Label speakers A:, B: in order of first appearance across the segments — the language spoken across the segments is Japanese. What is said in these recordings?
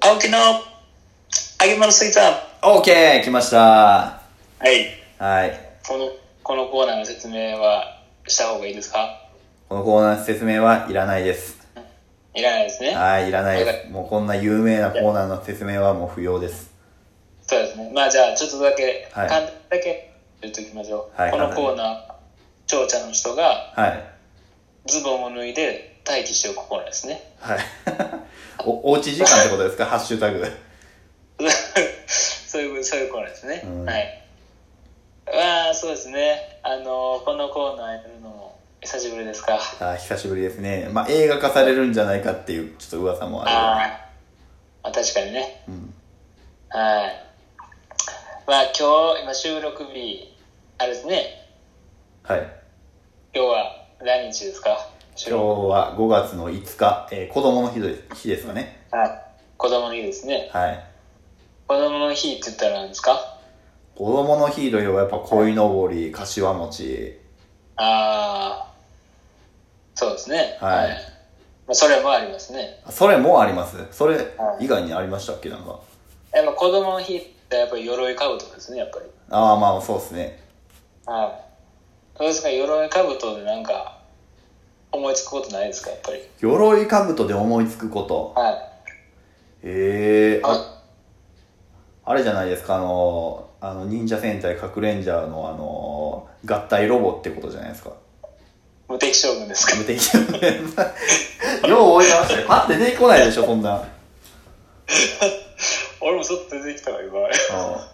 A: 青木の揚げ物スイーツは
B: オーケー来ました
A: い。
B: はい。
A: この、このコーナーの説明はした方がいいですか
B: このコーナー説明はいらないです。
A: いらないですね。
B: はい、いらないです。もうこんな有名なコーナーの説明はもう不要です。
A: そうですね。まあじゃあ、ちょっとだけ、
B: はい
A: 簡単だけ言っときましょう。
B: はい
A: このコーナー、聴者の人が
B: はい。
A: ズボンを脱いで待機しておくコーナーですね。
B: はい。 お、おうち時間ってことですかハッシュタグ。
A: そういう、そういうコーナーですね。
B: うん
A: はい。まあ、そうですね。あの、このコーナーやるのも久しぶりですか。
B: あー久しぶりですね。まあ、映画化されるんじゃないかっていう、ちょっと噂もあ
A: ああ、まあ確かにね。
B: る。うん。
A: はい。まあ今日、今収録日、あれですね、
B: はい。
A: 今日は何日ですか収
B: 今日
A: 録
B: は5月の5日、えー子供の日で日ですかね。
A: はい。子供の日ですね。
B: はい。
A: 子供の日って言ったら何ですか
B: 子供の日といえばやっぱ鯉のぼり、柏餅。
A: ああ、そうですね。
B: はい
A: まあ、それもありますね。
B: あそれもうありますそれ以外にありましたっけなんか。
A: やっぱ子供の日ってやっぱり鎧兜ですね、やっぱり。
B: ああ、まあそうですね。
A: はい。そうですか、鎧兜でなんか、思いつくことないですか、やっぱり。
B: 鎧兜で思いつくこと。
A: はい。
B: ええあ、
A: あ、
B: あれじゃないですか、あの、あの、忍者戦隊核レンジャーのあの、合体ロボってことじゃないですか。
A: 無敵将軍ですか。
B: 無敵じゃないですか。よう置いてましたよ。パッて出てこないでしょ、そんな。
A: 俺もちょっと出てきたわ、今。
B: あ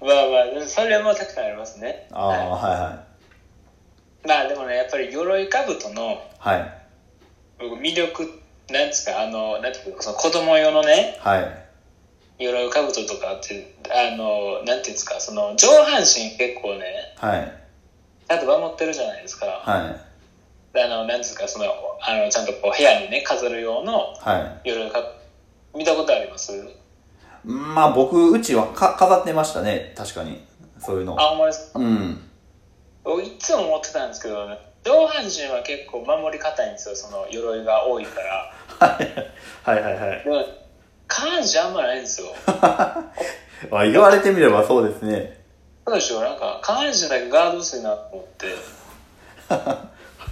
A: まあまあ、それもたくさんありますね。
B: あ、は
A: はいまあでもね、やっぱり鎧兜の
B: いはい。はい。
A: 僕魅力、なんですか、あの、なんていうか、その子供用のね、
B: はい。
A: 鎧兜とかって、あの、なんていうんですか、その上半身結構ね、
B: はい。
A: ちゃんと守ってるじゃないですか。
B: はい。
A: あの、なんですか、その、あの、ちゃんとこう部屋にね、飾る用の
B: はい。
A: 鎧兜、見たことあります
B: まあ僕、うちはか飾ってましたね。確かに。そういうの
A: あ、。ほんまですか。
B: うん。
A: 僕いつも思ってたんですけど、上半身は結構守り硬いんですよ、その鎧が多いから。
B: はい。はいはいはい。
A: でも、下半身あんまないんですよ。
B: あ言われてみればそうですね。
A: そうでしょなんか、下半身だけガード薄いなと思って、
B: は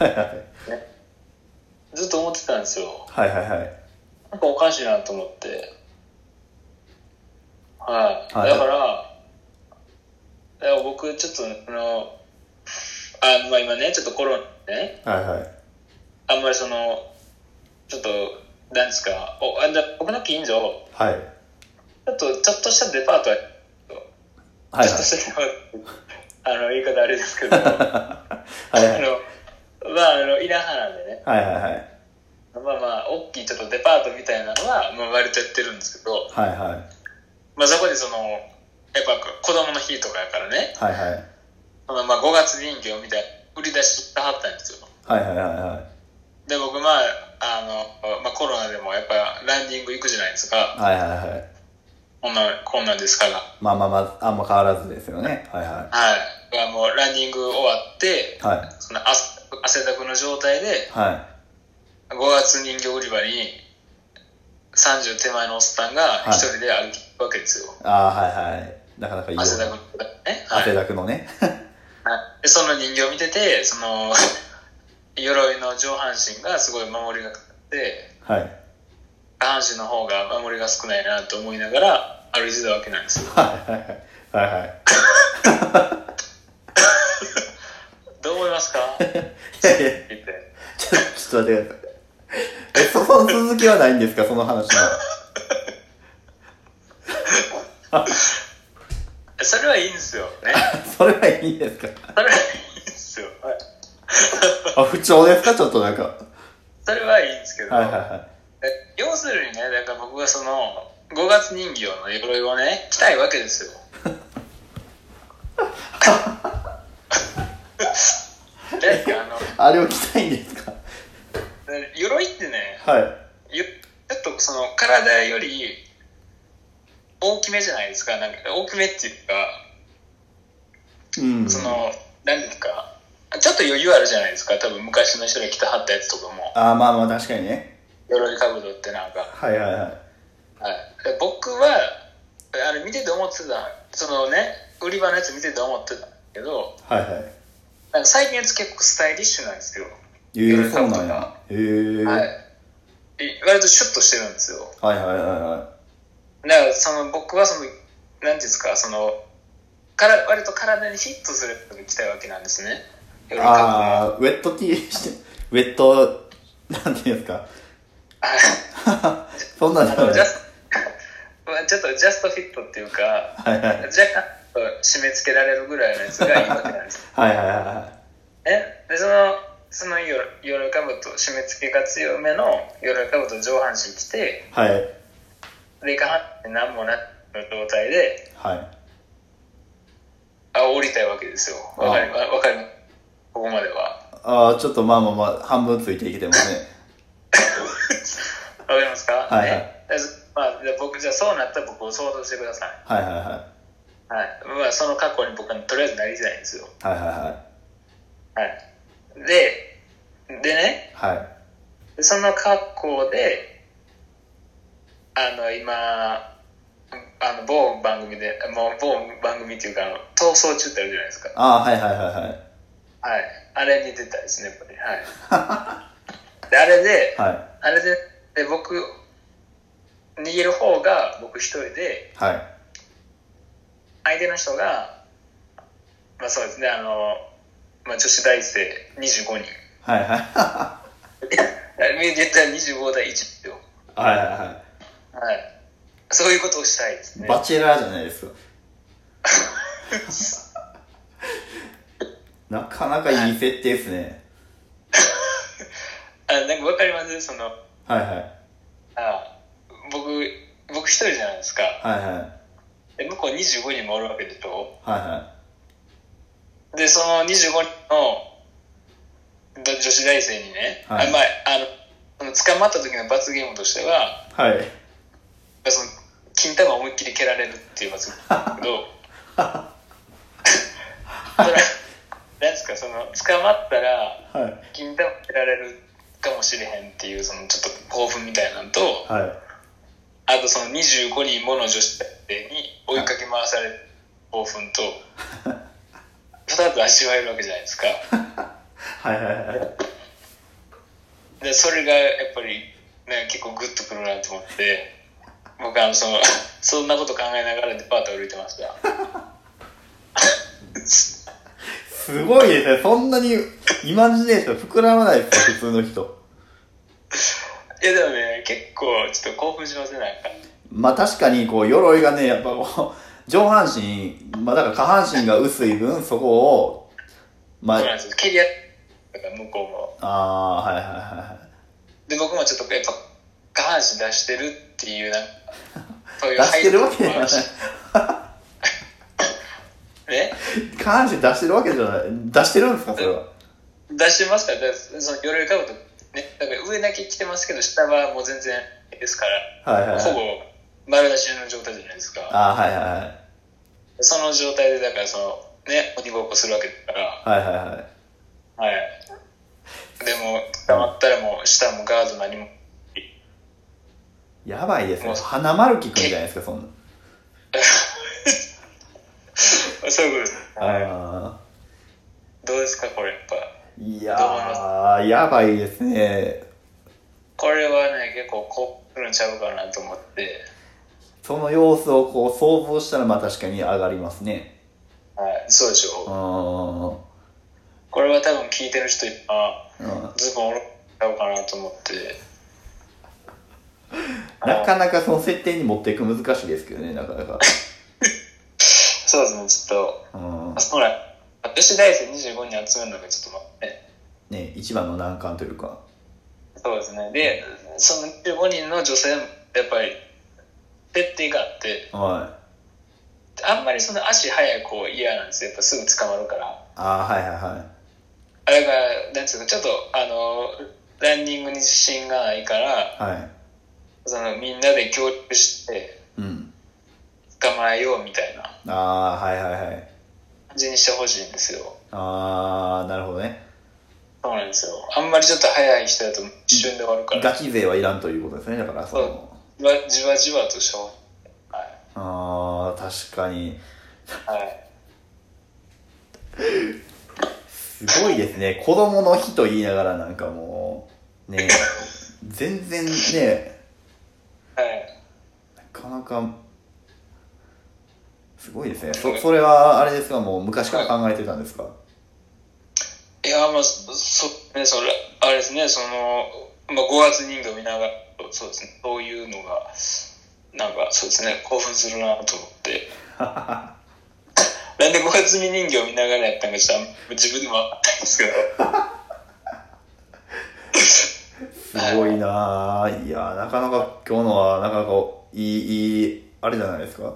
B: いはい。
A: ずっと思ってたんですよ。
B: はいはいはい。
A: なんかおかしいなと思って。はい。
B: はい
A: だから、だから僕、ちょっと、あの、あまあ、今ね、ちょっとコロナね、
B: はいはい。
A: あんまりその、ちょっと、なんですか、おあだ僕の近所、
B: はい。
A: ちょっと、ちょっとしたデパート、
B: はいはい。
A: ちょっとしたデパート、あの、言い方あれですけど、あ
B: はいはい。
A: の、まあ、あの、稲原でね、
B: はいはいはい。
A: まあまあ、大きいちょっとデパートみたいなのは、まあ、割とやってるんですけど、
B: はいはい。
A: まあ、そこでその、やっぱ子供の日とかやからね、
B: はいはい。
A: そのまあ5月人形みたいな売り出ししてはったんですよ。
B: はいはいはいは
A: で、僕、まあ、あの、まあ、コロナでもやっぱランディング行くじゃないですか、
B: い。はいはいはい。
A: こんな、こんなんですから。
B: まあまあまあ、あんま変わらずですよね。はいは
A: はい。まあ、もうランディング終わって
B: い。、はい。
A: その汗汗だくの状態で、
B: は
A: 5月人形売り場に、30手前のおっさんが一人で歩くわけですよ。
B: い。ああ、はいはい。なかなかいいよ。
A: 汗だくの状態でね。はい
B: 汗だくのね。
A: はいでその人形を見ててその 鎧の上半身がすごい守りがかかって
B: はい。
A: 下半身の方が守りが少ないなと思いながら歩いてたわけなんですよ
B: はいはいはい。はいはい。
A: どう思いますかって
B: いやいや、
A: 言って
B: ちょちょっと待ってください。え、そその続きはないんですかその話の。
A: それはいいんですよね
B: それはいいんですか
A: それはいいんですよはい
B: あ、不調ですかちょっとなんか。は
A: それはいいんですけ
B: い
A: ど、
B: はいは
A: え要するにねだから僕がその5月人形の鎧をね着たいわけですよ であの
B: い。あれを着たいんですか
A: 鎧ってね
B: はい。
A: ゆちょっとその体より大きめじゃないですかなんか大きめっていうか
B: うん。
A: その何ですかちょっと余裕あるじゃないですか多分昔の人が着てはったやつとかも
B: ああ、まあまあ確かにね。
A: 鎧かぶとってなんか
B: はいはいはい。
A: はい、で僕はあれ見てて思ってたそのね売り場のやつ見てて思ってたけど
B: はいはい
A: なんか最近のやつ結構スタイリッシュなんですよ、
B: えー、そうなんやへえー
A: はいい割とシュッとしてるんですよ
B: はいはいはいは
A: だからその僕はそのなんていうんですかそのから割と体にヒットする服に着たいわけなんですね
B: い
A: 夜の格好は
B: ああーウェットティーしてウェットなんていうんですか そんなんじゃ
A: あの
B: な
A: ジャ
B: い
A: ス まあちょっとジャストフィットっていうか
B: はいはい
A: 若干締め付けられるぐらいのやつがいいわけなんです
B: はいはいはいはい
A: え でそのそのよ鎧かぶと締め付けが強めの鎧かぶと上半身着て
B: はい
A: で下半身何もない状態で
B: はい
A: あ降りたいわけですよわかりわわかりここまでは
B: ああちょっとまあまあまあ半分ついてきてますね
A: わかりますか
B: はいはい
A: ねでまあ、で僕じゃあそうなったら僕を想像してください、
B: はいはいは
A: はいまあ、その過去に僕はとりあえずなりたいんですよ、
B: いはいは
A: はい、ででね
B: いはいはい
A: でその格好で、あの、今、あの、某番組で、もう某番組っていうか、あの逃走中ってあるじゃないですか。
B: ああはいはいはいはい
A: はい。あれに出たいですね、やっぱり。はい。 で、あれで、
B: はい
A: あれで、で、僕、逃げる方が僕一人で、
B: はい
A: 相手の人が、まあそうですね、あの、まあ女子大生25人。
B: はいはいは
A: 絶対25対1ですよ。
B: いはいは
A: はい。そういうことをしたいです
B: い
A: ね。
B: バチェラーじゃないですかなかなかいい設定ですね
A: あなんかわかりますその
B: はいはい
A: あ僕僕一人じゃないですか
B: はいはい
A: で向こう25人もおるわけでしょ
B: はいは
A: でその25人のど女子大生にね、
B: はい
A: あまあ、あのその捕まった時の罰ゲームとしてはい
B: はい
A: その金玉を思いっきり蹴られるっていう罰ゲームなんですけどそれはなんですかその捕まったら
B: はい
A: 金玉蹴られるかもしれへんっていうそのちょっと興奮みたいなのと、
B: はい
A: あとその25人もの女子大生に追いかけ回される興奮と、2つ味わえるわけじゃないですか。
B: はいはいはいはい
A: で、それがやっぱり、ね、結構グッとくるなと思って、僕あの、その、そんなこと考えながらデパート歩いてました。
B: すごいですねそんなにイマジネーション膨らまないですよ普通の人
A: いや、でもね、結構ちょっと興奮しません、なんか。
B: まあ確かにこう鎧がねやっぱこう上半身まあだから下半身が薄い分そこをまあ
A: そうなんですよ。蹴り合ったから、向こうも。
B: あーはいはいはいはい
A: で、僕もちょっとやっぱ、下半身出してるっていう、 なんか、そうい
B: 出してるわけじゃない
A: 配慮もあるしね
B: 下半身出してるわけじゃない出してるんですかそれは
A: 出してますから、だからその鎧かぶと、ね、だから上だけ着てますけど、下はもう全然ですから、
B: はいはい
A: ほ
B: はい
A: ぼ丸出しの状態じゃないですか。
B: あーはいはいはい
A: その状態で、だからその、ね、鬼ごっこするわけだから、
B: はいはいはい
A: はい。でも、捕まったらもう、下もガード何も、
B: やばいです
A: も
B: ね
A: う
B: 花丸木くんじゃないですかそんな
A: そういうことです。は
B: あ
A: い。どうですか、これやっぱ。
B: ーいやーやばいですね
A: これはね、結構、こう、くるんちゃうかなと思って、
B: その様子をこう想像したらまあ確かに上がりますね
A: はい、そうでし
B: う
A: ょう。
B: ーんうん
A: これは多分聞いてる人、今、ズボン下ろしちゃうかなと思って、
B: なかなかその設定に持っていく難しいですけどねなかなか
A: そうですね、ちょっと、
B: うん
A: あそうなん女子大生25人集めるのがちょっとまあね
B: ね一番の難関というか
A: そうですねでその25人の女性もやっぱり徹底があって
B: はい
A: あんまりその足早い子嫌なんですよやっぱすぐ捕まるから
B: ああーはいはいはい
A: あれがなんていうかちょっとあのランニングに自信がないから
B: はい。
A: そのみんなで協力して
B: うん。
A: 捕まえようみたいな
B: ああ、はいはいはい。
A: 感じにしてほしいんですよ
B: ああ、なるほどね。
A: そうなんですよあんまりちょっと早い人だと一瞬で終わるから
B: ガチ勢はいらんということですね。だから、その。
A: じわじわじわとしょう。はい。
B: あー確かに
A: はい。
B: すごいですね子供の日と言いながらなんかもうね全然ね
A: はい。
B: なかなかすごいですねそそれはあれですかもう昔から考えてたんですか
A: いや、まあ、そ、そね、それ、あれですね、その、まあ、五月人形見ながら、そうですね、そういうのが、なんか、そうですね、興奮するなと思 って。なんで五月人形見ながらやったんか、ちょっと自分でもわかんないですけど。
B: すごいなぁいやーなかなか今日のはなかなかいいいいあれじゃないですか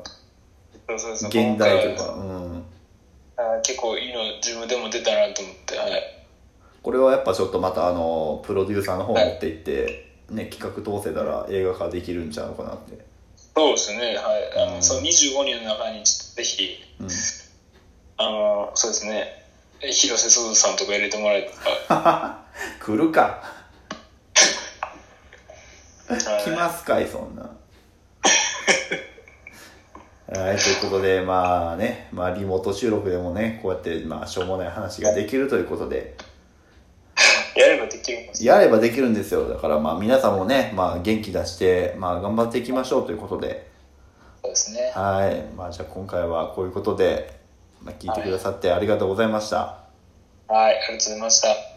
A: そうそうそう
B: 現代とい
A: 今回
B: うか
A: は
B: うん
A: あー結構いいの自分でも出たなと思って、はい。
B: これはやっぱちょっとまたあのプロデューサーの方持っていって、ね、企画通せたら映画化できるんちゃうかなって、
A: そうですね、はい。あの、
B: うん
A: その25人の中に、ちょっとぜひ、
B: うん、
A: あの、そうですね、広瀬すずさんとか入れてもらえ た
B: 来るか
A: ら、はい
B: 来ますかいそんな はいということでまあね、まあ、リモート収録でもねこうやってまあしょうもない話ができるということで
A: やればできるんです。
B: やればできるんですよだからまあ皆さんもね、まあ、元気出して、まあ、頑張っていきましょうということで
A: そうですね。
B: はいまあじゃあ今回はこういうことで、まあ、聞いてくださってありがとうございました、
A: はい、ありがとうございました。